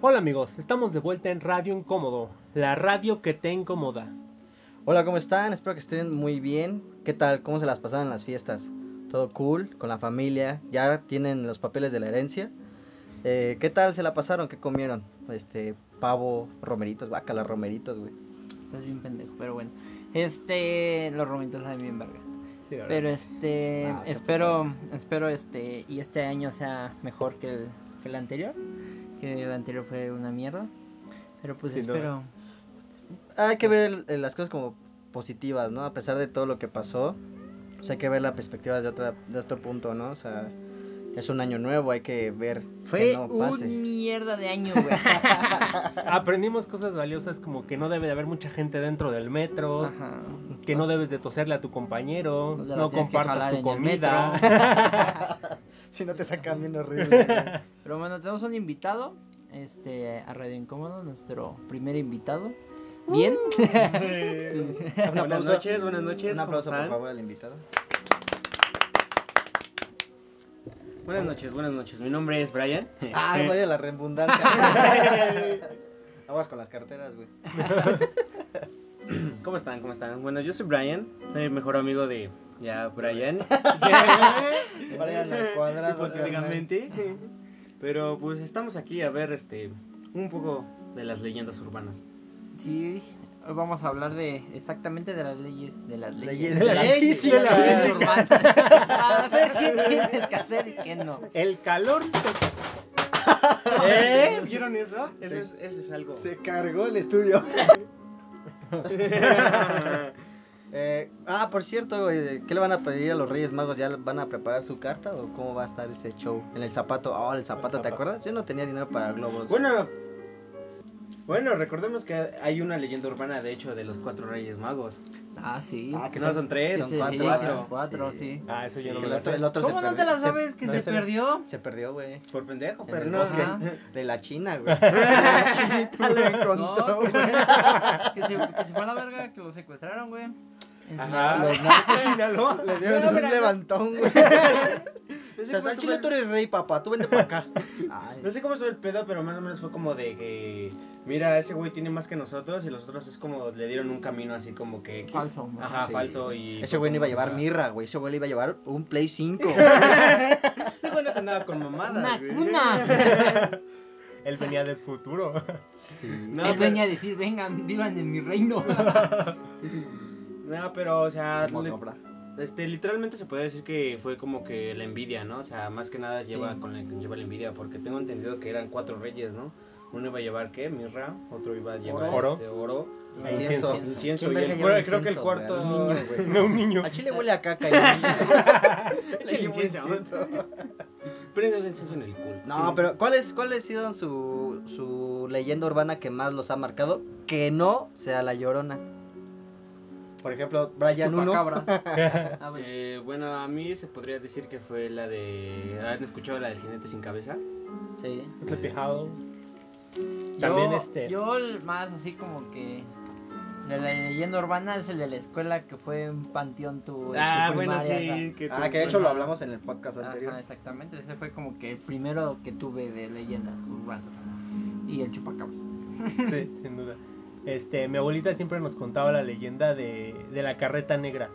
Hola amigos, estamos de vuelta en Radio Incómodo, la radio que te incomoda. Hola, ¿cómo están? Espero que estén muy bien. ¿Qué tal? ¿Cómo se las pasaron en las fiestas? ¿Todo cool? ¿Con la familia? ¿Ya tienen los papeles de la herencia? Eh, ¿Qué tal se la pasaron? ¿Qué comieron? Este, pavo, romeritos, las romeritos, güey. Estás bien pendejo, pero bueno. Este, los romeritos saben bien verga. Pero este, Ah, qué espero, espero este, y este año sea mejor que el, que el anterior. Que el anterior fue una mierda. Pero pues Sin espero. Hay que ver el- el- las cosas como positivas, ¿no? A pesar de todo lo que pasó, pues hay que ver la perspectiva de, otra, de otro punto, ¿no? O sea, es un año nuevo, hay que ver Fue que no pase. un mierda de año, güey. Aprendimos cosas valiosas como que no debe de haber mucha gente dentro del metro, Ajá. que no debes de toserle a tu compañero, te la no tienes que jalar compartas tu en el comida. metro. Si no te sacan bien horrible. Pero bueno, tenemos un invitado. Este, a Radio Incómodo, nuestro primer invitado. Bien. buenas noches, buenas noches. Un ¿cómo aplauso, por están? favor, al invitado. Buenas noches, buenas noches. Mi nombre es Brian. Ah, vaya la redundancia. Aguas con las carteras, güey. ¿Cómo están? ¿Cómo están? Bueno, yo soy Brian, soy el mejor amigo de ya Brian. Brian al cuadrado, Hipotéticamente. Pero pues estamos aquí a ver este un poco de las leyendas urbanas. Sí, hoy vamos a hablar de exactamente de las leyes, de las leyes, Leyes de la física. las leyes urbanas. A ver qué tienes que hacer y qué no. El calor te- ¿Eh? ¿Vieron eso? Eso, Sí. es, eso es algo. Se cargó el estudio. Eh, ah, por cierto, güey, ¿qué le van a pedir a los Reyes Magos? ¿Ya van a preparar su carta o cómo va a estar ese show? En el zapato. Oh, el zapato, ¿te zapato. acuerdas? Yo no tenía dinero para globos. Bueno, bueno, recordemos que hay una leyenda urbana, de hecho, de los cuatro reyes magos. Ah, sí. Ah, que no son tres, Sí, son sí, cuatro. sí, cuatro. cuatro, Sí. sí. Ah, eso yo no me Que el lo otro, sé. el otro se ¿Cómo no perdió- te la se- sabes que no, se se- perdió? Se perdió, güey. Por pendejo, En pero el no. bosque Ajá. de la China, güey. La China lo No, encontró, que, güey. que se, que se fue a la verga, que lo secuestraron, güey. En Ajá. Sinaloa. Los narcos Míralo. le dieron No, un pero- levantón, güey. O sea, al chile Pues tú eres rey, papá. Tú vente para acá. Ay, No sé cómo estuvo el pedo, pero más o menos fue como de que. Mira, ese güey tiene más que nosotros y los otros es como le dieron un camino así como que. X. Falso, ¿no? Ajá, Sí. falso y. Ese güey no iba a llevar Ajá. mirra, güey. Ese güey le iba a llevar un Play 5. Ese güey no se andaba con mamadas. Una güey. cuna. Él venía del futuro. Sí. No, Él pero, venía a decir, vengan, vivan en mi reino. no, pero, o sea, Como le- cobra. este, literalmente se podría decir que fue como que la envidia, ¿no? O sea, más que nada lleva Sí. con la, lleva la envidia, porque tengo entendido que eran cuatro reyes, ¿no? Uno iba a llevar qué? Mirra, otro iba a llevar Oro. este, oro, Incienso. incienso ¿Quién y verga el, lleva bueno, creo que el incienso, güey? cuarto. Un niño, güey. No, un niño. Al chile huele a caca. y- Échale Le llevó incienso. incienso. Prende el incienso en el culo. No, pero ¿cuál es, cuál ha sido su, su leyenda urbana que más los ha marcado? Que no sea la llorona. Por ejemplo, Brian Uno. Chupacabras. Ah, bueno. Eh, bueno, a mí se podría decir que fue la de. ¿Han escuchado la del jinete sin cabeza? Sí. Sleepy Hollow. Yo- También este- Yo el más así como que de la leyenda urbana es el de la escuela que fue un panteón tu tu Ah, bueno, primaria, sí. Que Ah, que de hecho lo hablamos en el podcast ajá. anterior. Ajá, exactamente, ese fue como que el primero que tuve de leyendas urbanas. Y el chupacabras. Sí, sin duda. Este, mi abuelita siempre nos contaba la leyenda de, de la carreta negra.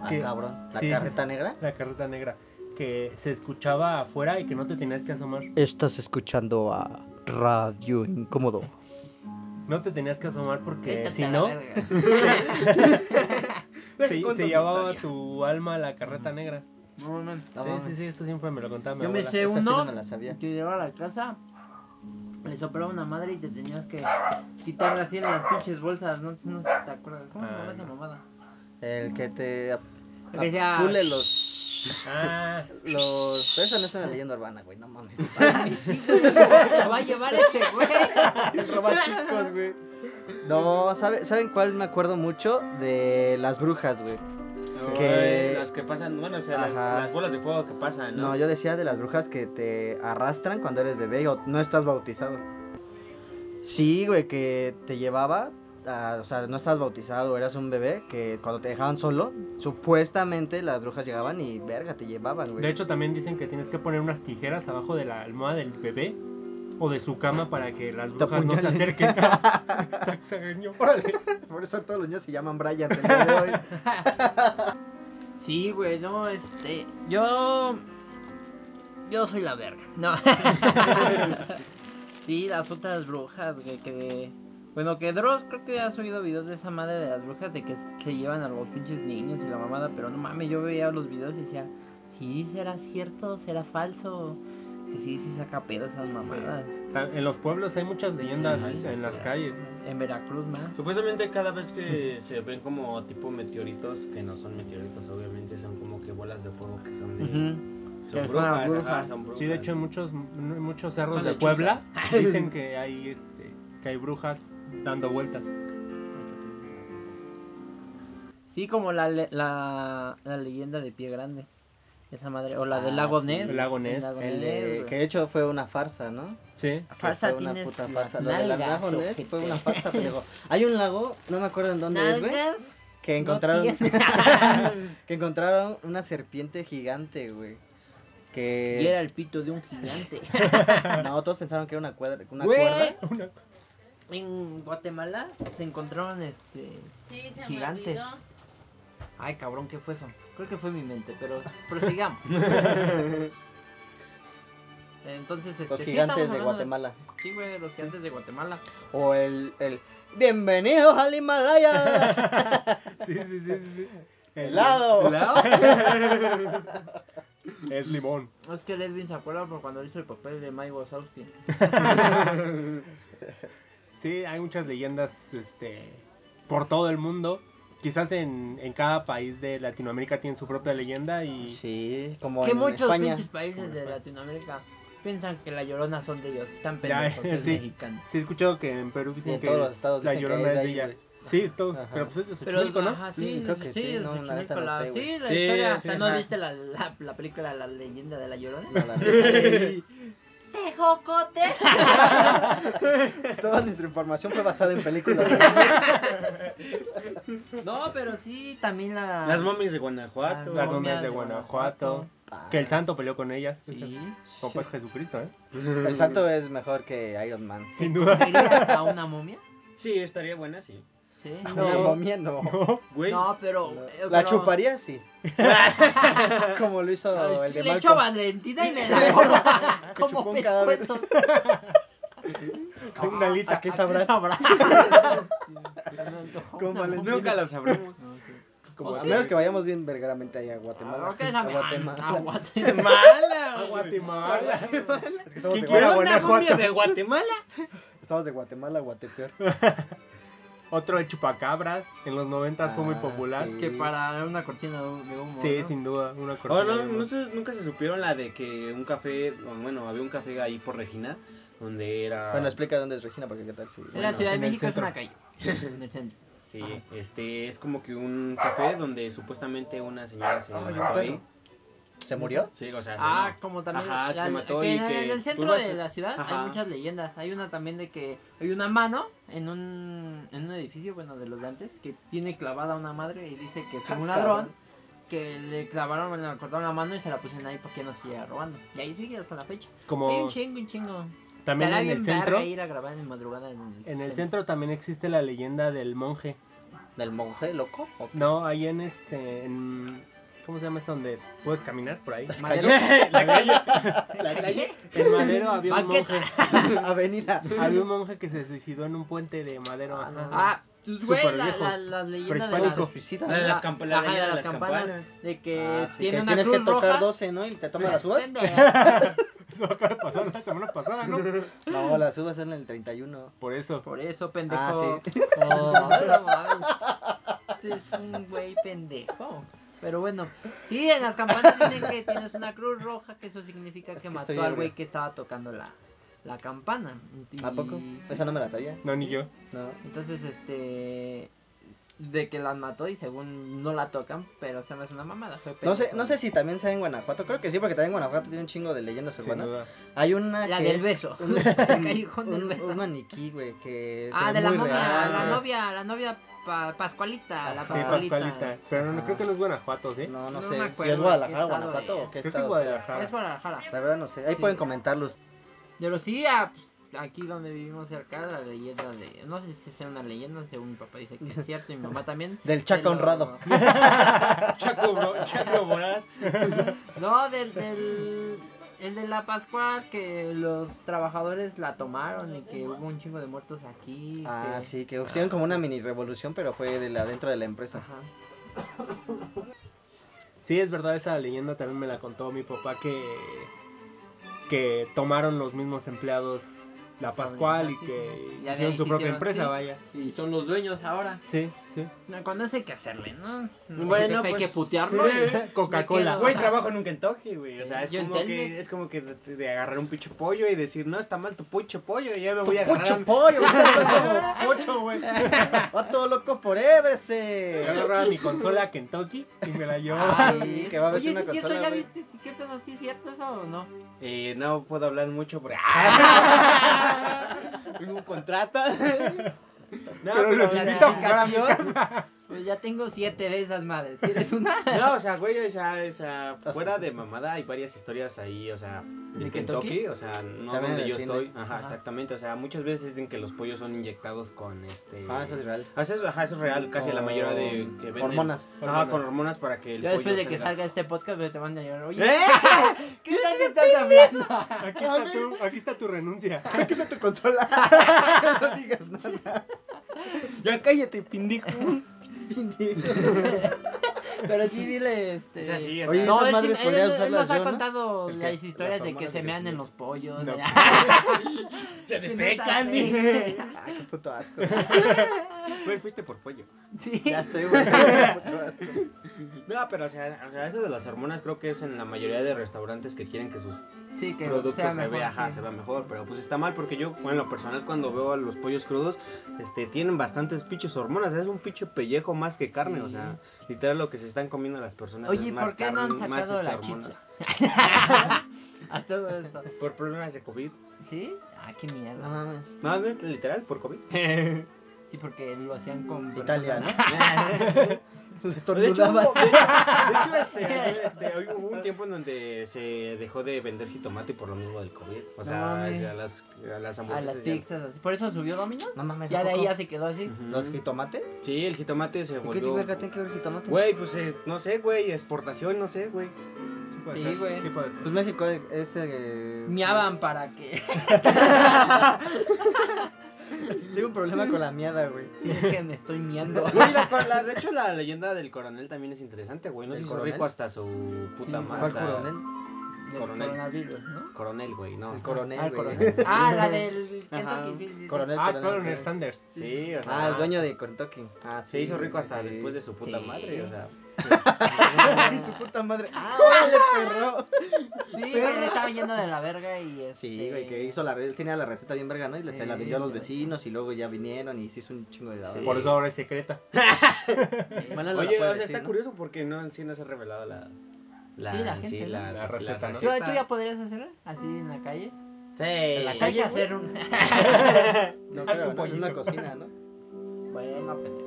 Ah, ¿Qué? cabrón. ¿La Sí, sí, carreta negra? La carreta negra. Que se escuchaba afuera y que no te tenías que asomar. Estás escuchando a Radio Incómodo. No te tenías que asomar porque Vete si a la no, verga. se, cuento se mi llevaba historia. tu alma a la carreta negra. No, mames. No sí, mames. sí, sí, eso siempre me lo contaba mi Yo me abuela. sé Esa sí uno no me la sabía. que llegaba a la casa, le soplaba una madre y te tenías que quitar así las pinches bolsas, no, no sé si te acuerdas. ¿Cómo se Ah, llamaba esa no. mamada? El que te ap- El que decía- apule los, Ah, los... Pero esa no es una leyenda urbana, güey, no mames. Sí, güey, la va a llevar ese güey. El robachicos, güey. No, ¿sabe- ¿saben cuál me acuerdo mucho? De las brujas, güey. Que- Que... eh, Las que pasan, bueno, o sea, las, Ajá. las bolas de fuego que pasan, ¿no? No, yo decía de las brujas que te arrastran cuando eres bebé o no estás bautizado. Sí, güey, que te llevaba, a- o sea, no estabas bautizado, eras un bebé, que cuando te dejaban solo, supuestamente las brujas llegaban y verga, te llevaban, güey. de hecho también dicen que tienes que poner unas tijeras abajo de la almohada del bebé o de su cama para que las brujas no se apuñalen. acerquen. Sa- sacaño, órale. Por eso todos los niños se llaman Brian. el día de hoy. Sí, güey, no, este. Yo. Yo soy la verga. No. sí, las otras brujas, güey, que. Bueno, que Dross, creo que has subido videos de esa madre de las brujas de que se llevan a los pinches niños y la mamada, pero no mames, yo veía los videos y decía, sí, será cierto, será falso. Que sí, sí saca pedo esas mamadas. Ta- En los pueblos hay muchas leyendas Sí, sí, en las sí. calles. En Veracruz, más. Supuestamente cada vez que se ven como tipo meteoritos, que no son meteoritos obviamente, son como que bolas de fuego que son de... Que son Son brujas, las brujas. ajá, son brujas. Sí, de hecho en muchos, en muchos cerros Son de Puebla lechuzas. dicen que hay, este, que hay brujas dando vueltas. Sí, como la, le- la, la leyenda de Pie Grande. Esa madre. O la del Ah, lago sí, Ness. el lago Ness, El Ness, de- güey. que de hecho fue una farsa, ¿no? Sí. Que Farsa fue una tienes puta las farsa. Lo del nalgas, lago Ness fue ojete. una farsa, pendejo. Hay un lago, no me acuerdo en dónde es, güey. Nalgas Que no encontraron. tiene. que encontraron una serpiente gigante, güey. Que. Y era el pito de un gigante. No, todos pensaron que era una, cuadra, una Güey. cuerda. Una- En Guatemala se encontraron este Sí, se me gigantes. olvidó. Ay, cabrón, ¿qué fue eso? Creo que fue mi mente, pero prosigamos. Entonces, este, Los sí, gigantes estamos de hablando Guatemala. Sí, güey, los gigantes de Guatemala. O el, el. ¡Bienvenidos al Himalaya! Sí, sí, sí, sí, sí. ¡Helado! Es limón. Es que Edwin se acuerda por cuando hizo el papel de Mike Wazowski. Sí, hay muchas leyendas este, por todo el mundo. Quizás en, en cada país de Latinoamérica tiene su propia leyenda y... Ah, Sí, como que en muchos España. pinches países de Latinoamérica piensan que la llorona son de ellos. Están Ya, pendejos, es sí. mexicano. Sí, he escuchado que en Perú Y dicen en que todos los estados la dicen que llorona es de es de ahí, ella. güey. Sí, todos, Ajá. pero pues es de Pero, Xochimilco, ¿no? ajá, sí, Mm, creo que sí, sí, es no, de la neta Xochimilco, no la- sé, güey. sí, la Sí, historia, sí, hasta no ajá. viste la, la, la película La leyenda de la llorona. No, la neta. Tejocote. Toda nuestra información fue basada en películas. güey. No, pero sí, también la... Las momies de Guanajuato. Las momia momias de Guanajuato. Que el santo peleó con ellas. Sí. Como pues Jesucristo, ¿eh? El santo es mejor que Iron Man. Sin duda. ¿Comerías a una momia? Sí, estaría buena, sí. Sí. No. Una momia no. Güey, No, pero... eh, La pero- chuparía, sí. Como lo hizo el de Le echo Malcolm. Valentina y me la como chupó como un cadáver. pescuezos. Con una alita. ¿A Ah, qué sabrá? Sabrá. Con Valentina. nunca lo sabremos. No, sí. Como- ¿O a Pues sí? menos que vayamos bien vergaramente ahí a Guatemala. Creo que a déjame- Guatemala. ah, Guatemala. ¡Mala! A güey. Guatemala. Es que somos de, ¿Quién quiere? ¿Quiere Guatemala, una Guanajuato. momia de Guatemala? estamos de Guatemala, Guatepeor. Otro de chupacabras. En los noventas fue muy Ah, popular. sí. Sí, Que para una cortina de humo. ¿no? sin duda. Una Oh, no, cortina de no humo. se- nunca se supieron la de que un café, o bueno, había un café ahí por Regina, donde era... Bueno, explica dónde es Regina, porque qué tal si... En la Bueno, Ciudad de en el México es centro. una calle. En el centro. Sí, Ajá. este es como que un café donde supuestamente una señora se Ay, un mató ahí. perro. ¿Se murió? Sí, o sea, se Ah, no. como también. Ajá, la- se mató que y en, que en el tú centro vas- de la ciudad Ajá. hay muchas leyendas. Hay una también de que hay una mano en un, en un edificio, bueno, de los de antes, que tiene clavada una madre y dice que fue un Ah, ladrón cabrón. que le clavaron, bueno, le cortaron la mano y se la pusieron ahí porque no siguiera robando. Y ahí sigue hasta la fecha. Hay Como un chingo, un chingo. también Estará en bien el verga centro. ir a grabar en madrugada en el, En el centro también existe la leyenda del monje. ¿Del monje loco? ¿O qué? No, ahí en este. En, ¿Cómo se llama esto? Donde puedes caminar por ahí. Madero. la calle. La calle. En Madero había un Banqueta. monje. Avenida. Había un monje que se suicidó en un puente de Madero. Ah, no. ajá. Ah, güey, Súper la, viejo. la, las leyendas de Pero Prehispánico. las, se suicida. eh, La de ¿no? las, camp- la Ajá, leyenda de de las las campanas. campanas. de que Ah, sí, eh, tiene que una tienes cruz que tocar roja. 12, ¿no? Y te toman las uvas. Eso acaba de pasar la semana pasada, ¿no? No, las uvas son el 31. Por eso. Por eso, Ah, pendejo. sí. Oh, no mames. Este es un güey pendejo. Pero bueno, sí, en las campanas dicen que tienes una cruz roja, que eso significa que, que estoy mató al güey ebrio. que estaba tocando la, la campana. Y- ¿A poco? Esa no me la sabía. No, ni yo. No. Entonces, este. De que las mató y según no la tocan, pero se me hace una mamada. fue No sé, pendejo. no sé si también sea en Guanajuato, creo que sí, porque también Guanajuato tiene un chingo de leyendas Sin urbanas. duda. Hay una La que del es beso. un- El callejón del un, beso. un maniquí, güey, que se Ah, ve de la muy novia, real. la Ah. novia, la novia pa- Pascualita, la Ajá. Sí, Pascualita. Pascualita. Pero no, Ajá. creo que no es Guanajuato, ¿sí? No, no, No me sé. Si acuerdo es Guadalajara, de qué estado Guanajuato es. Creo o qué que es estado. sea. Guadalajara. Es Guadalajara. La verdad no sé. Ahí Sí. pueden comentarlos. Pero sí, ah, pues, aquí donde vivimos cerca, la leyenda de. No sé si sea una leyenda, según mi papá dice que es cierto y mi mamá también. Del Chaca pero- Honrado. Chaco, bro, Chaco Voraz. No, del, del. El de la Pascual que los trabajadores la tomaron y que hubo un chingo de muertos aquí. Ah, que- sí, que hicieron como una mini revolución, pero fue de la dentro de la empresa. Ajá. Sí, es verdad, esa leyenda también me la contó mi papá que, que tomaron los mismos empleados la Pascual y Sí, que sí. Y de ahí hicieron su se propia hicieron, empresa, sí. vaya. Y son los dueños ahora. Sí, sí. No, Cuando eso hay que hacerle, ¿no? Bueno, hay que pues, putearlo. y- Coca-Cola. Güey, trabajo en un Kentucky, güey. O sea, es Yo en como, Telmex. que, es como que de, de agarrar un pinche pollo y decir, no, está mal tu pinche pollo. Ya me voy a agarrar. ¡Pocho un- pollo! güey, como ¡Pocho, güey! ¡Va todo loco forever Yo ese! agarraba mi consola Kentucky y me la llevaba. Sí, que va a haber Oye, una sí es cierto, consola, ¿ya güey. viste si qué pedo? ¿Sí es cierto eso o no? Eh, no puedo hablar mucho porque. ah, ¿Algún contrata? No, Pero los o sea, invito a Pues, jugar a mi aplicación, Pues ya tengo siete de esas madres. ¿Tienes una? No, o sea, güey, o sea, o sea, fuera de mamada hay varias historias ahí, o sea, ¿De de Kentucky? Kentucky, o sea, no También donde del yo cine. estoy. Ajá, Ajá. exactamente, o sea, muchas veces dicen que los pollos son inyectados con este. Ah, eso es real. Ah, eso es- ajá, eso es real, casi la mayoría de que Con venden. Hormonas. Ajá, con hormonas para que el Ya después pollo de que salga este podcast pues, te van a llevar, oye, ¡Eh! ¿qué estás, estás hablando? Aquí está, tu, aquí está tu renuncia. ¿Qué está tu consola? no digas nada. Ya cállate, pendejo. Pero sí, dile, este... O sea, sí, o Oye, sea, No, Esas él, sí- madres él- podrían él- usar él la nos ha zona. contado ¿El qué? las historias Las de que hormonas se de mean en crecimiento. los pollos. No. de- ah, se que no defecan. sabe. Ay, Ah, qué puto asco. Güey, fuiste por pollo. Sí. Ya sé, güey. qué puto asco. No, pero o sea, o sea, eso de las hormonas creo que es en la mayoría de restaurantes que quieren que sus Sí, que producto sea se mejor, ve, ajá, sí. se ve mejor, pero pues está mal porque yo, bueno, en lo personal cuando veo a los pollos crudos, este, tienen bastantes pinches hormonas, es un pinche pellejo más que carne, Sí. o sea, literal lo que se están comiendo las personas Oye, es ¿y más por qué no han carne, más, sacado este, la hormonas. pizza? A todo esto. Por problemas de COVID, ¿Sí? Ah, qué No mierda. mames. no, de- literal, por COVID. Sí, porque lo hacían con... Italia, ¿no? Le De hecho, estornudaban. hubo- de hecho, de hecho, este, este, hoy hubo un tiempo en donde se dejó de vender jitomate por lo mismo del COVID, o No sea, mames. a las, a las A hamburguesas las ya no. pizzas, así. Por eso subió Domino. No mames. Ya ¿a de ahí poco? ya se quedó así. Ujú. ¿Los jitomates? Sí, el jitomate se ¿Y qué volvió... verga tiene que ver jitomate? Güey, pues eh, no sé, güey, exportación, no sé, güey. Sí, puede Sí, ser, güey. Sí, puede ser. Pues México es. eh, Miaban para que. Tengo un problema con la miada, güey. Sí, es que me estoy miando. Güey, la cor- la- de hecho la leyenda del coronel también es interesante, güey. No ¿El se hizo coronel? rico hasta su puta Sí, ¿Cuál madre. coronel? Del Coronel. coronavirus, ¿no? Coronel, güey, no. El coronel, Ah, el güey. coronel. Ah, la del Ajá. Kentucky, sí, sí, sí. Coronel, Ah, coronel, Coronel coronel. Sanders. Sí, o sea. Ah, el dueño de Kentucky. Ah, sí. Se hizo rico sí, hasta sí. después de su puta Sí. madre, o sea. Ay, su puta madre. ¡Ah, órale, perro! Sí, pero él estaba yendo de la verga y este... Sí, güey, que hizo la red. Tenía la receta bien verga, ¿no? Y le- se la Sí, vendió a los güey. vecinos y luego ya vinieron y se hizo un chingo de dado. Sí. Por eso ahora es secreta. Sí. Bueno, no la Oye, puede o sea, decir, está ¿no? curioso porque no en sí no se ha revelado la. La, Sí, la sí, gente, la, ¿no? la La receta, receta, ¿no? ¿Tú, tú ya podrías hacerlo así en la calle? Sí. En la Hay calle, que güey. hacer un... No, Hazte un pero no, en una pollito. cocina, ¿no? bueno, pendejo.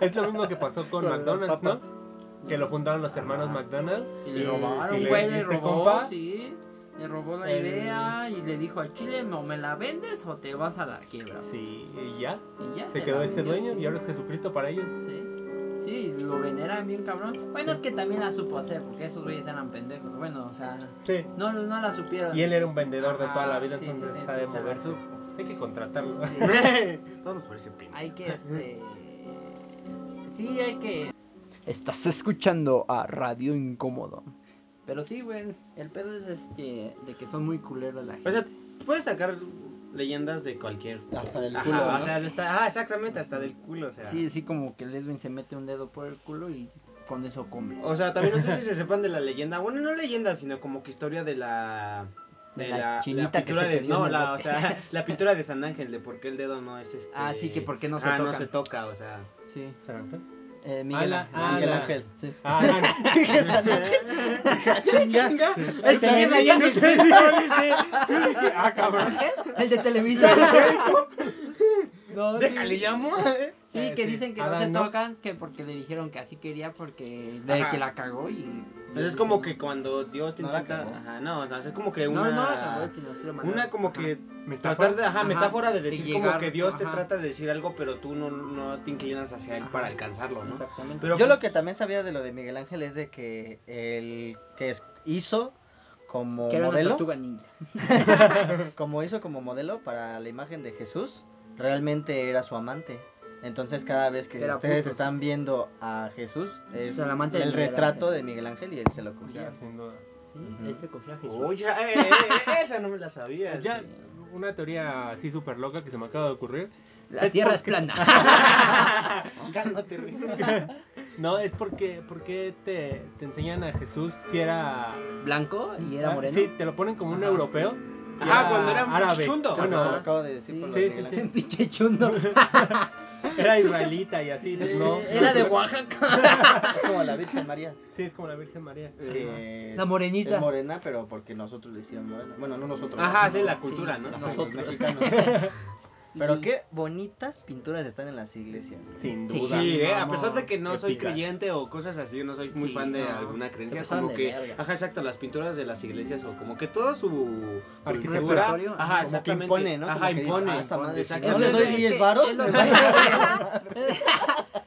Es lo mismo que pasó con las McDonald's, papas. ¿no? Que lo fundaron los hermanos Ah. McDonald's. Y le Y robaron, si le- güey, y le este robó, compa- sí. Le robó la El- idea y le dijo al chile, no me la vendes o te vas a la quiebra. Sí, y ya. Y ya Se la quedó este vendió, dueño sí. y ahora es Jesucristo para ellos. Sí. Sí, lo veneran bien cabrón. Bueno, es que también la supo hacer, porque esos güeyes eran pendejos. Bueno, o sea, Sí. no, no la supieron. Y él era un vendedor de toda la vida, sí, entonces sí, sí, sabe sí, se la moverse. supo. Hay que contratarlo. Vamos por ese pin. Hay que, este... Sí, hay que... Estás escuchando a Radio Incómodo. Pero sí, güey, el pedo es este, de que son muy culeros la gente. O sea, puedes sacar leyendas de cualquier. Hasta del Ajá, culo, o ¿no? sea, está, ah, exactamente, hasta del culo, o sea. Sí, sí, como que Lesbian se mete un dedo por el culo y con eso come. O sea, también no sé si se sepan de la leyenda, bueno, no leyenda, sino como que historia de la De de la la, chinita la que pintura se de perdió en no, el la, o bosque. sea, la pintura de San Ángel de por qué el dedo no es este Ah, sí, que por qué no se ah, tocan. no se toca, o sea. Sí, ¿San Ángel? eh, Miguel Ala, Ángel. ala. Miguel Ángel. Sí. Ah, ah, ¿Qué salió? Chinga. Ahí Está bien tenemos. allá en el centro, sí, sí. Este, yo dije, ah, cabrón. El de Televisa. Déjale llamo. Sí, Eh, que sí, dicen que no Adán, se ¿no? tocan, que porque le dijeron que así quería, porque de Ajá. que la cagó y... Entonces Pues es como que cuando Dios te No la intenta. cagó. Ajá, no, o sea, es como que No, una. no la cagó, sino sí lo mandó. una como Ajá. que Metáfora. tratar de. Ajá, Ajá, metáfora de de decir llegar, como que Dios te ajá. trata de decir algo, pero tú no, no te inclinas hacia él Ajá. para alcanzarlo, ¿no? Exactamente. Pero Yo pues, lo que también sabía de lo de Miguel Ángel es de que el que es- hizo como que era una modelo, tortuga ninja. como hizo como modelo para la imagen de Jesús, realmente era su amante. Entonces cada vez que Que era ustedes puto. están viendo a Jesús es Es el amante de el Miguel retrato Ángel. de Miguel Ángel y él se lo cogía. Ya, sin duda. Ujú. Ese confía a Jesús. Oh, ya, eh, eh, eh, esa no me la sabía. Ya, una teoría así súper loca que se me acaba de ocurrir. La Es tierra es porque- plana. Cálmate, Riz. No, es porque, porque te, te enseñan a Jesús si era... Blanco y era ah, moreno. Sí, te lo ponen como un Ajá. europeo. y Ajá, cuando era un árabe. chundo. Creo que Bueno, te lo acabo de decir. Sí. por lo Sí, de sí, Miguel sí. Ángel. Pinche chundo. era israelita y así, pues, Eh, ¿no? Era de Oaxaca. Es como la Virgen María. Sí, es como la Virgen María. que La morenita. Es morena, pero porque nosotros le hicieron morena. Bueno, no nosotros. Ajá, sino sí, la cultura, sí, ¿no? los nosotros. mexicanos. Pero qué bonitas pinturas están en las iglesias. güey. Sin Sí. duda. Sí, eh, a Vamos, pesar de que no soy épica. creyente o cosas así, no soy muy Sí, fan de no. alguna creencia, Se pasaron como de que, verga. ajá, exacto, las pinturas de las iglesias o como que todo su Arquitectura. cultura, Repertorio, ajá, ajá, Como que exactamente, impone, ¿no? Como ajá, que dices, impone, "Ah, esta madre, si exacto. no le doy Es que- 10 varos. es lo me que- vale verga".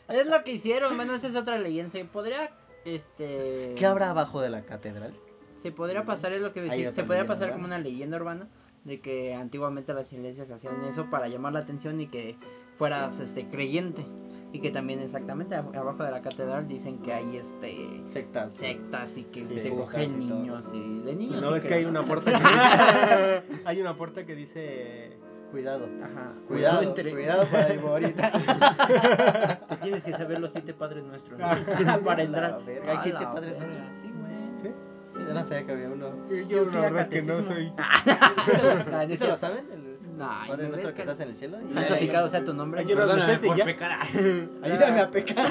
Es lo que hicieron, bueno, esa es otra leyenda. Se podría, este... ¿Qué habrá abajo de la catedral? Se podría pasar, es lo que Hay decía, se otra podría leyenda pasar como urbana. una leyenda urbana de que antiguamente las iglesias hacían eso para llamar la atención y que fueras este creyente y que también exactamente ab- abajo de la catedral dicen que hay este Sectas. sectas y que Sí, se brujas y cogen todo. niños y de niños No, sí es que creo, hay ¿no? una puerta que dice... Hay una puerta que dice... Cuidado. Ajá. Cuidado, No entre- cuidado para el ahorita. Te tienes que saber los siete padres nuestros ¿no? para La entrar. verga, ¿hay A siete la padres verga, nuestros? Sí, güey. ¿Sí? Sí, Yo no sabía que había uno. Sí, Yo fui la a verdad es que no catecismo. soy... Ah, ¿Sí no se lo sé. saben? El Ay, Padre me nuestro ves que que- estás en el cielo. Santificado sea tu nombre. Ay, yo no- Perdóname sé si por ya- pecar. ah. Ayúdame a pecar.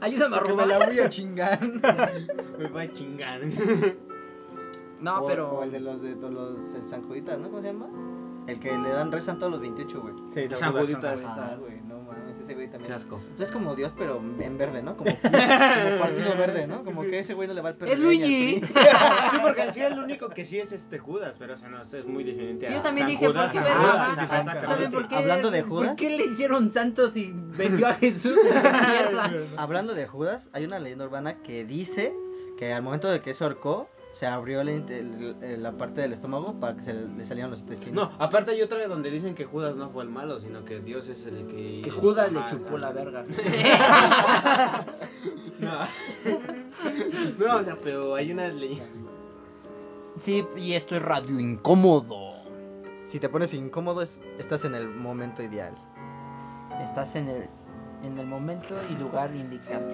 Ayúdame a Porque me robar. la voy a chingar. Me voy a chingar. No, o, pero. o el de los de de los el San Juditas, ¿no? ¿Cómo se llama? El que le dan rezan todos los 28, güey. Sí, Las San Judas. aguditas. Ajá, güey, no mames, ese güey también. Qué asco. Es como Dios, pero en verde, ¿no? Como, como partido verde, ¿no? Como que ese güey no le va al PRD Es ni al Luigi. PRI. Sí, porque sí, el único que sí es este Judas, pero o sea, no, esto es muy diferente Sí, yo a también San dije, ¿por Judas. qué San verga? Judas, Ajá, ajá, También, exactamente. ¿por qué- Hablando de Judas. ¿Por qué le hicieron santos y vendió a Jesús? Mierda. Hablando de Judas, hay una leyenda urbana que dice que al momento de que se ahorcó, se abrió la, inte- el- la parte del estómago para que se le salieran los No, intestinos. aparte hay otra donde dicen que Judas no fue el malo, sino que Dios es el que... Que Judas le Ajá, chupó la verga. No. No, o sea, pero hay una leyenda. Sí, y esto es radio incómodo. Si te pones incómodo, es- estás en el momento ideal. Estás en el, en el momento y lugar indicado.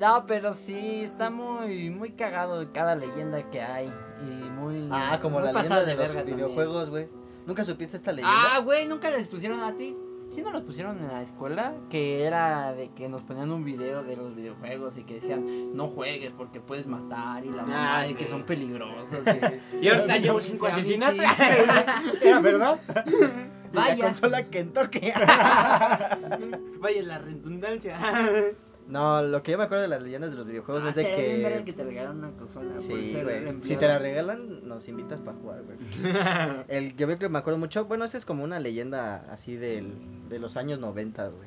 No, pero sí, está muy, muy cagado de cada leyenda que hay. Y muy. Ah, como muy la pasada leyenda de, los verga también. videojuegos, güey. ¿Nunca supiste esta leyenda? Ah, güey, nunca les pusieron a ti. Sí, no los pusieron en la escuela, que era de que nos ponían un video de los videojuegos y que decían, no juegues porque puedes matar y la mamá, y sí. que son peligrosos. Ah, y- Y ahorita Ay, llevo sí, cinco a mí sí. asesinatos. ¿Era verdad? Y La Vaya. consola Kentucky. Vaya la redundancia. no, lo que yo me acuerdo de las leyendas de los videojuegos Ah, es de estaría bien ver el Pues que... que pues, te regalaron una consola por Sí, ser güey. empleado. Si te la regalan, nos invitas para jugar, güey. El yo creo que me acuerdo mucho, bueno, esa es como una leyenda así del, de los años 90, güey.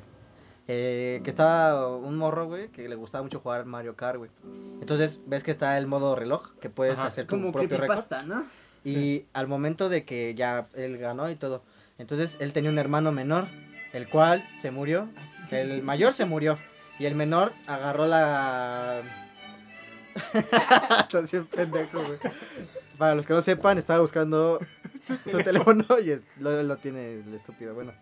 Eh, que estaba un morro, güey, que le gustaba mucho jugar Mario Kart, güey. Entonces, ves que está el modo reloj, que puedes Ajá. hacer tu como propio récord. creepypasta, ¿no? Y al momento de que ya él ganó y todo. Entonces él tenía un hermano menor, el cual se murió. El mayor se murió. Y el menor agarró la. Estás bien pendejo, güey. Para los que no sepan, estaba buscando su teléfono y es- lo, lo tiene el estúpido. Bueno.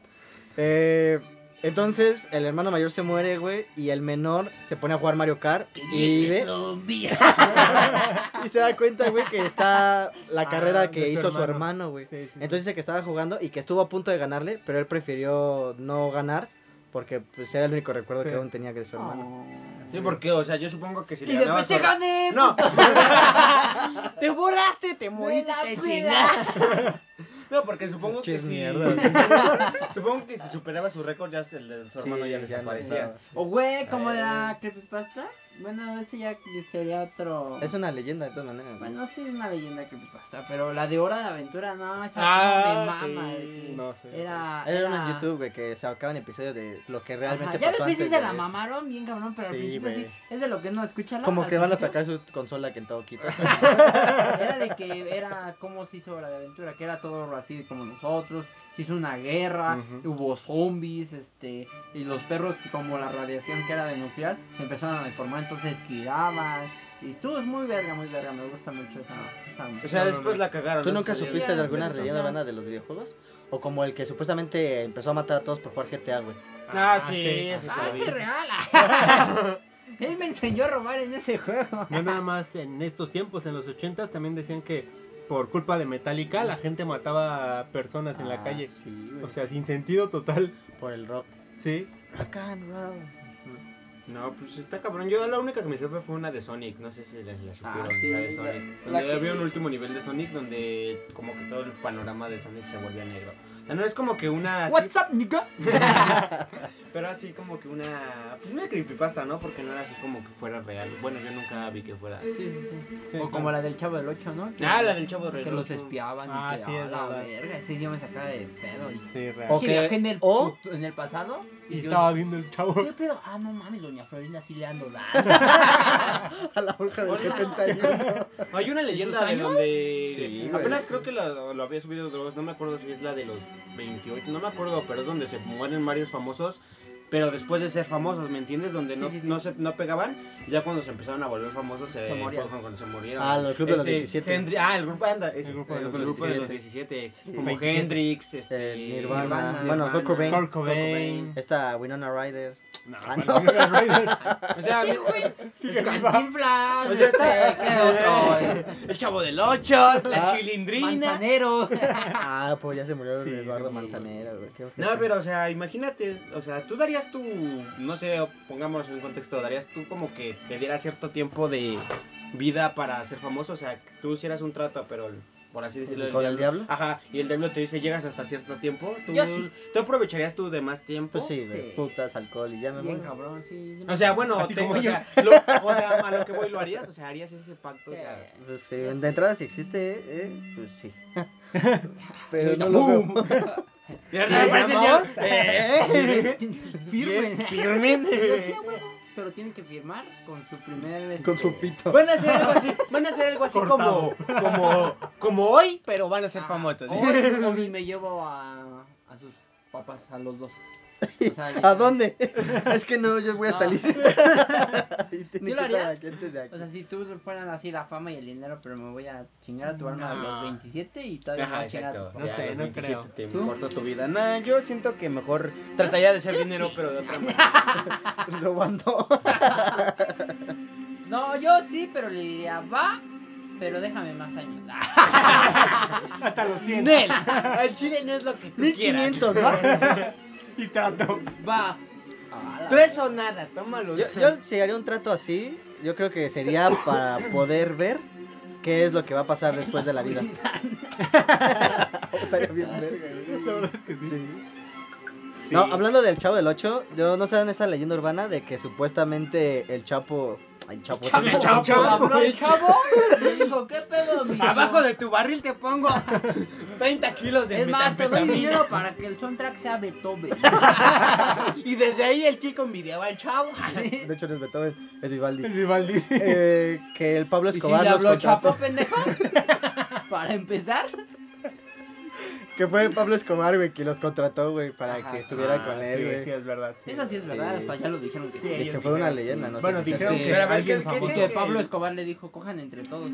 Eh, entonces, el hermano mayor se muere, güey. Y el menor se pone a jugar Mario Kart. Y ve. Y se da cuenta, güey, que está la Ah, carrera de que su hizo su hermano. hermano, güey. Sí, sí. Entonces dice que estaba jugando y que estuvo a punto de ganarle, pero él prefirió no ganar porque pues era el único recuerdo Sí. que aún tenía de su hermano. Ah. Sí, porque, o sea, yo supongo que si Y le ganaba después te su- gané. No, Te borraste, te Me moriste, la te pela. chingaste. No, porque supongo que Pinches si. mierdas. supongo que si superaba su récord, ya el de su Sí, hermano ya ya no desaparecía. andaba, sí. O güey, como Eh. la creepypasta. Bueno, eso ya sería otro. Es una leyenda de todas maneras. ¿no? Bueno, sí, es una leyenda creepypasta. Pero la de Hora de Aventura, no, esa Ah, no me mama. sí. de que No sé. Era. Era una en YouTube, güey, que se acaban episodios de lo que Ajá, realmente Ya pasó después sí antes se de la eso. mamaron bien cabrón, pero al Sí, principio sí. güey. Es de lo que no escucha Como que van a sacar su consola Kentucky. Era de que era como se hizo Hora de Aventura, que era todo así como nosotros, se hizo una guerra, Ujú. hubo zombies, este, y los perros como la radiación que era de nuclear, se empezaron a deformar, entonces tiraban, y estuvo es muy verga, muy verga, me gusta mucho esa, esa O No, sea, no, después no. la cagaron. ¿Tú no nunca sé. supiste ya, de sí, alguna sí, leyenda ya. urbana de los videojuegos? O como el que supuestamente empezó a matar a todos por jugar GTA, güey. Ah, sí, ese Ah, sí. ese es real. Él me enseñó a robar en ese juego. No nada más en estos tiempos, en los 80s también decían que por culpa de Metallica la gente mataba a personas en la Ah, calle. Sí, O güey. sea, sin sentido total. Por el rock. Sí. Rock and roll. No, pues está cabrón. Yo la única que me sé fue, fue una de Sonic. No sé si la, la supieron. sí, la de la- Sonic. la donde que- había un último nivel de Sonic donde como que todo el panorama de Sonic se volvía negro. O sea, no es como que una. así- What's up, nigga? Pero así como que una. Pues una creepypasta, ¿no? Porque no era así como que fuera real. Bueno, yo nunca vi que fuera. Sí, sí, sí. Sí, o como la del Chavo del 8, ¿no? Que- Ah, la del Chavo del Que los Ocho. espiaban Ah, y que, sí, a es la verdad. verga, sí, yo me sacaba de pedo. Y... Sí, real. O Es que que- viajé en el, o- fut- en el pasado Y y, yo- estaba viendo el chavo. ¿Qué pedo? Ah, no mames, doña Florinda sí le ando dando. A la bruja del Hola. 71. No, hay una leyenda de años? donde. Sí, güey. apenas creo que lo, lo había subido Dross, no me acuerdo si es la de los 28, no me acuerdo, pero es donde se mueren varios famosos. Pero después de ser famosos, ¿me entiendes? Donde no, Sí, sí, sí. no se no pegaban, ya cuando se empezaron a volver famosos se, Se morían. fue con- cuando se murieron. Ah, el club de los 27. Hendri- ah, el grupo anda, ese, El el grupo grupo, de los de, los 17. 17. Sí. Como 27. Hendrix, este, Eh, Nirvana. Bueno, Nirvana. Kurt Cobain. Kurt Cobain. Esta Winona Ryder. No, Ah, ¿cuál? no. Winona Ryder. O sea, Sí, güey. Sí, Es va. Cantinflas, Pues ya está. este, ¿qué otro? el chavo del 8, la Ah. chilindrina. Manzanero. Ah, pues ya se murió Sí, Eduardo sí. Manzanero, güey. qué ojete. No, pero, o sea, imagínate, o sea, tú darías tu, no sé, pongamos en contexto, darías tú como que te diera cierto tiempo de vida para ser famoso, o sea, que tú hicieras un trato, pero el- por así decirlo. ¿Con el diablo? Ajá, y el diablo te dice, llegas hasta cierto tiempo, tú, Yo sí. ¿tú aprovecharías tú de más tiempo. Pues sí, güey. Sí. Putas, alcohol y ya me Bien muero. cabrón, sí. O sea, bueno, Así te- como o, ellos. sea, lo- o sea, a lo que voy lo harías, o sea, harías ese pacto, o sea. Pues sí, de entrada si existe, eh, eh, pues sí. Pero Ahorita, no lo veo. Ya ¿Ya aparece el llamamos? diablo. Eh. Firmen. Firmen. Yo sí, a huevo, Pero tienen que firmar con su primer. Con su este, pito. Van a hacer algo así, van a hacer algo así como, como, como hoy, pero van a ser Ah, famosos. O, o y me llevo a, a sus papás, a los dos. O sea, ¿A dónde? es que no, yo voy a No. salir. Y tiene ¿Sí lo que estar haría? aquí antes de aquí. O sea, si tú fueran así la fama y el dinero, pero me voy a chingar a tu arma a No. los 27 y todavía Ajá, no chingar a exacto. tu No Ya, sé, los no 27 creo. Te ¿Tú? cortó tu vida. Nah, yo siento que mejor trataría de ser yo dinero, sí. pero de otra manera. Robando. No, yo sí, pero le diría, va, pero déjame más años. Hasta los 100. Nel, al chile no es lo que tú quieras. 1500, ¿no? Y trato. va. Tres o nada, tómalo. Yo, yo si haría un trato así, yo creo que sería para poder ver qué es lo que va a pasar después de la vida. Estaría bien verga. La verdad es que sí. Sí. No, hablando del Chavo del 8, yo no sé en esa leyenda urbana de que supuestamente el Chapo. ay, El Chapo. Chavo, también. chavo, chavo, Habló el chavo y dijo, ¿qué pedo, mi Abajo de tu barril te pongo 30 kilos de Es más, te doy metanfetamina. dinero para que el soundtrack sea Beethoven. Y desde ahí el Kiko envidiaba al chavo. De hecho, no es Beethoven, es Vivaldi. El Vivaldi. Eh, que el Pablo ¿Y si Escobar le los habló contrató. Chapo, pendejo? Para empezar. Que fue Pablo Escobar, güey, que los contrató, güey, para Ajá. que estuvieran Ah, con sí, él, güey. Sí, es verdad. Eso sí es verdad, hasta ya lo dijeron que sí. De que fue una leyenda, no sé Bueno, si sea dijeron así. que Pero a ver, alguien ¿qué- Y qué- famoso que Pablo Escobar le dijo, cojan entre todos.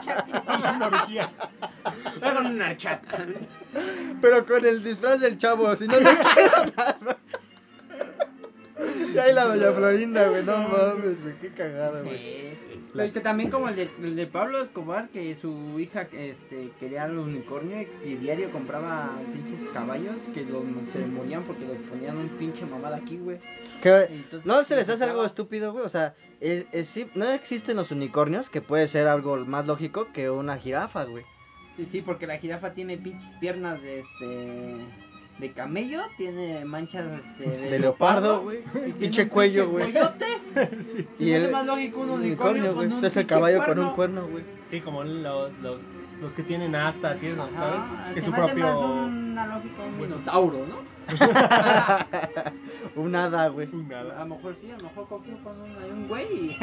Chapo. una orgía. Hagan una chata. Pero con el disfraz del chavo, si no te quiero nada. Y ahí la doña Florinda, güey, no mames, güey, qué cagada, güey. Sí. Pero que también como el de, el de Pablo Escobar, que su hija este, quería el unicornio y que diario compraba pinches caballos que los, se morían porque le ponían un pinche mamada aquí, güey. Que- Y entonces- ¿No se les hace algo estúpido, güey? O sea, es, es- sí, no existen los unicornios, que puede ser algo más lógico que una jirafa, güey. Sí, sí, porque la jirafa tiene pinches piernas de este. De camello, tiene manchas este, De leopardo, güey. y tiene un pinche cuello, güey. cuellote. Y Y me hace el- más lógico un Un unicornio, güey. con un Pues es el pinche caballo con cuerno. un cuerno, güey. Sí, como los, los, los que tienen astas y eso, Ajá, ¿sabes? Que Ah, se su me hace más propio... una lógica un hueso. minotauro, ¿no? Un hada, güey. A Nada. lo mejor sí, a lo mejor cogió con un, hay un güey. y-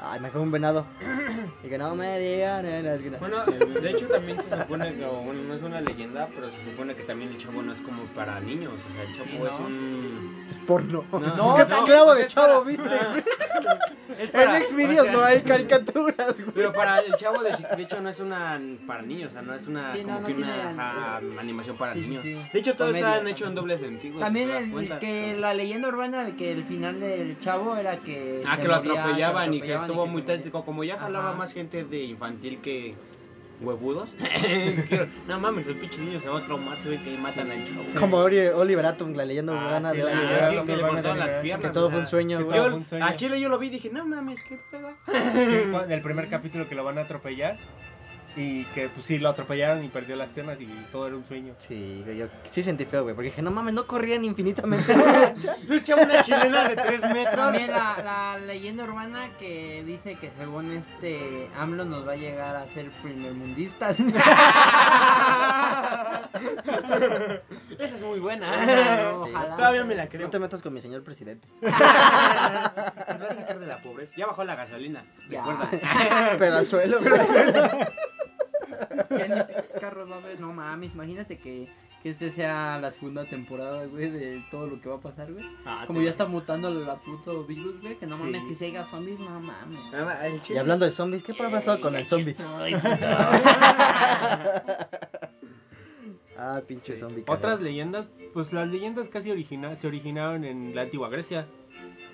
Ay, me quedó un venado. Y que no me digan en la esquina. Bueno, eh, de hecho también se supone que, o bueno, no es una leyenda, pero se supone que también el chavo no es como para niños, o sea, el chavo Sí, ¿no? es un... Porno. No, ¿Qué no, clavo pues de es para- chavo viste, Ah. güey? Es para- En Xvideos o sea, no hay caricaturas, güey. Pero para el chavo de, de hecho no es una para niños, o sea, no es una Sí, no, como no que tiene- una ajá, animación para Sí, sí, niños. sí. De hecho todo Comedia, está hecho en también. dobles sentidos. También el- que la leyenda urbana de que el final del chavo era que. Ah, se que lo moría, atropellaban y que atropellaban estuvo se muy moría. tétrico. Como ya jalaba Ajá. más gente de infantil que huevudos. que- no mames, el pinche niño se va a traumar, se ve que matan al chavo. Como Ori- Oliver Atom, la leyenda Ah, urbana sí, de la- Ah, Oliver Ah, sí, Atom. que le Oliver cortaron Atom, las que piernas. Que todo o fue un sea, sueño, que güey. todo Yo, fue un sueño. a Chile yo lo vi y dije, no mames, qué pega. Sí, cu- del primer capítulo que lo van a atropellar. Y que pues sí, lo atropellaron y perdió las piernas y todo era un sueño. Sí, güey, yo sí sentí feo, güey, porque dije, no mames, no corrían infinitamente. Yo echaba una chilena de 3 metros. También la, la leyenda urbana que dice que según este AMLO nos va a llegar a ser primermundistas. Esa es muy buena. No, Sí. ojalá. Todavía me la creo. No te metas con mi señor presidente. Nos va a sacar de la pobreza. Ya bajó la gasolina. Ya. Recuerda. Pero al suelo, güey. Ya ni pinches carros va a haber. No mames, imagínate que, que este sea la segunda temporada, güey, de todo lo que va a pasar, güey. Ah, Como te- ya está mutando la puto virus, güey, que no mames Sí. que se haga zombies, no mames. Nada más, Ah, el Y chile. hablando de zombies, ¿qué ha pasado con el zombie? Ay, puto. Ah, pinche zombie. Otras cagado. leyendas, pues las leyendas casi origina- se originaron en la antigua Grecia.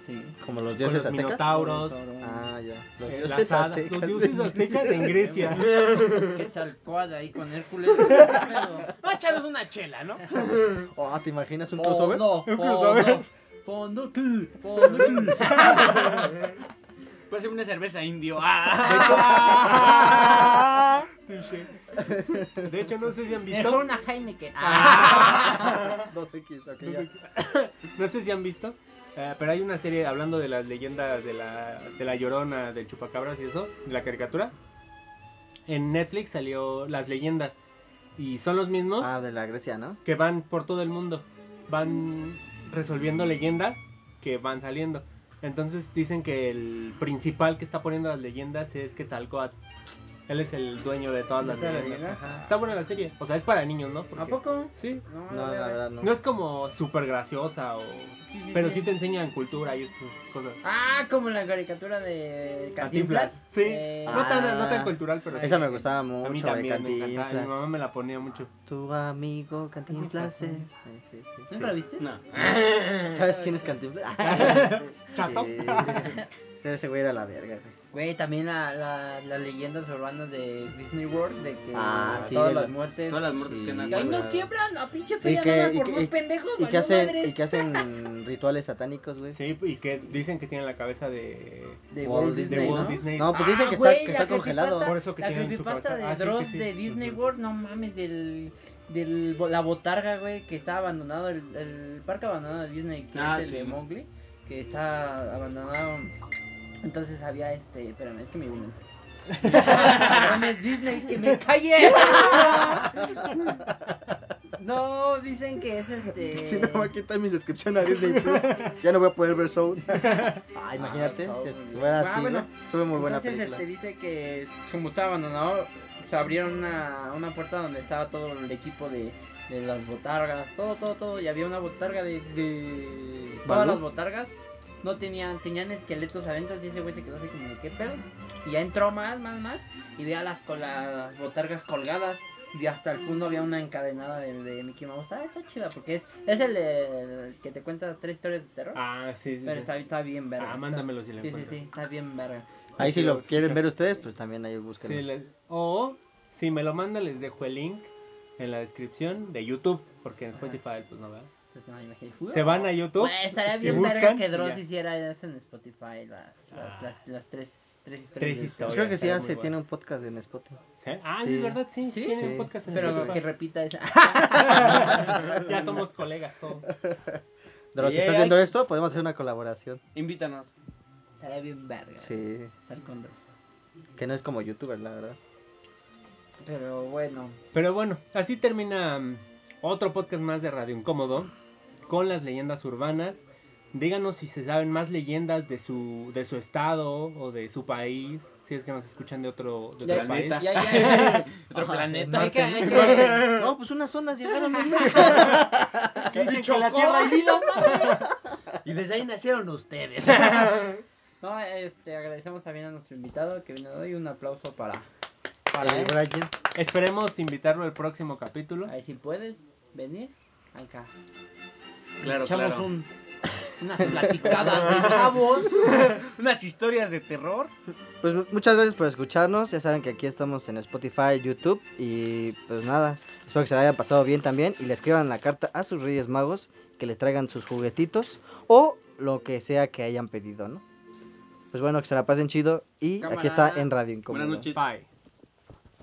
Sí. Como los Con los dioses aztecas. minotauros, Ah, ya. Los eh, dioses las hadas- aztecas. los dioses aztecas en Grecia. Quetzalcóatl ahí con Hércules. ¿Qué pedo? No, echaros una chela, ¿no? Oh, ¿te imaginas un crossover? Fondo, ¿Un fondo, crossover? fondo, tú, fondo, tú. Puede ser una cerveza indio. De hecho, no sé si han Mejor visto. una Heineken. Ah. No sé qué, ok, No ya. sé, no sé si han visto. eh, pero hay una serie hablando de las leyendas de la, de la llorona, del chupacabras y eso, de la caricatura. En Netflix salió Las leyendas. Y son los mismos Ah, de la Grecia, ¿no? que van por todo el mundo. Van resolviendo leyendas que van saliendo. Entonces dicen que el principal que está poniendo las leyendas es Quetzalcóatl. Él es el dueño de todas las ¿Neta la leyendas. neta? ajá. Está buena la serie. O sea, es para niños, ¿no? Porque- poco? Sí. No, No, la verdad no. No es como súper graciosa o... Sí, sí, Pero sí. sí te enseñan cultura y esas cosas. Ah, como la caricatura de Cantinflas. Sí. Eh, No, tan, no Ah. tan cultural, pero... Esa me gustaba A mí mucho, güey, también me encantaba. Mi mamá Cantinflas. me la ponía mucho. Tu amigo Cantinflas. eh. Sí, sí, sí. ¿Nunca la viste? No. ¿Sabes quién es Cantinflas? Chato. Sí. Ese güey era la verga, güey. Güey, también la, la, las leyendas urbanas de Disney World de que Ah, sí, todas de la- las muertes. Todas las muertes Sí. que andan. Ay, no güey. quiebran a pinche Y feria que- nada y por que- dos pendejos, ¿Y valió que, hacen, madres. y que hacen rituales satánicos, güey. Sí, y que dicen que tiene la cabeza de... De Walt Walt Disney, Disney, Walt ¿no? Disney. No, pues dicen Ah, que está, güey, que la está congelado. creepypasta- Por eso que la tienen su creepypasta cabeza. de Ah, sí, Dross que sí. de Disney Ujú. World, no mames, del, del bo- la botarga, güey, que está abandonado, el, el parque abandonado de Disney, que Ah, es el sí. de Mowgli, que está abandonado. Entonces había este, espérame, es que me llegó un mensaje. Cabrones Disney, que me calle. No, dicen que es este. Si no me va a quitar mi suscripción a Disney Plus, ya no voy a poder ver Soul. Ah, imagínate, Soul, que muy bien. fuera Ah, así, bueno. güey. Sube muy buena Entonces película. este dice que como estaba abandonado, se abrieron una, una puerta donde estaba todo el equipo de, de las botargas, todo, todo, todo, y había una botarga de, de- todas ¿Balú? las botargas no tenían, tenían esqueletos adentro, y ese güey se quedó así como de qué pedo. Y ya entró más, más, más, y veía las, col- las botargas colgadas. Y hasta el fondo había una encadenada de, de Mickey Mouse. Ah, está chida porque es, es el, eh, que te cuenta tres historias de terror. Ah, sí, sí. pero sí. está, está bien verga. Ah, está- mándamelo si la Sí, sí, encuentras. sí, está bien verga. Ahí si lo Quiero quieren ver escuchar. ustedes, pues también ahí Sí, búsquenlo. le- o si me lo mandan les dejo el link en la descripción de YouTube, porque en Ajá. Spotify pues no va. Pues no, imagínate. Se van a YouTube. Güey, estaría si bien verga buscan, que Dross ya. Ah. hiciera eso en Spotify, las, las, las, las tres tres historias. Tres de- historias. Pues creo que sí está muy hace, bueno. tiene un podcast en Spotify. ¿Sí? Ah, Sí. es verdad, sí, sí, Sí, tiene sí. un podcast en Pero Spotify. que repita esa. ya somos colegas todos. Dross, si Y estás hay- viendo esto, podemos hacer una colaboración. Invítanos. Estaría bien verga. Sí, Estar con Dross. que no es como youtuber, la verdad. Pero bueno. Pero bueno, así termina mm, otro podcast más de Radio Incómodo con las leyendas urbanas. Díganos si se saben más leyendas de su, de su estado o de su país, si es que nos escuchan de otro, de Ya- otro país. planeta. Ya, ya, ya. Otro Ajá. planeta. Hay que, hay que- No, pues unas ondas llegaron. ¿no? Que dicen que Chocó. la Tierra hay vida. Y desde ahí nacieron ustedes. No, este, agradecemos también a nuestro invitado que vino hoy. Un aplauso para, para Eh, él. Brian, Esperemos invitarlo al próximo capítulo. A ver si puedes venir acá. Claro, Echamos claro. un, unas platicadas de chavos. Unas historias de terror. Pues mu- muchas gracias por escucharnos. Ya saben que aquí estamos en Spotify, YouTube y pues nada. Espero que se la hayan pasado bien también y le escriban la carta a sus Reyes Magos que les traigan sus juguetitos o lo que sea que hayan pedido, ¿no? Pues bueno, que se la pasen chido y aquí está Cámara. en Radio Incómodo. Buenas noches. Bye.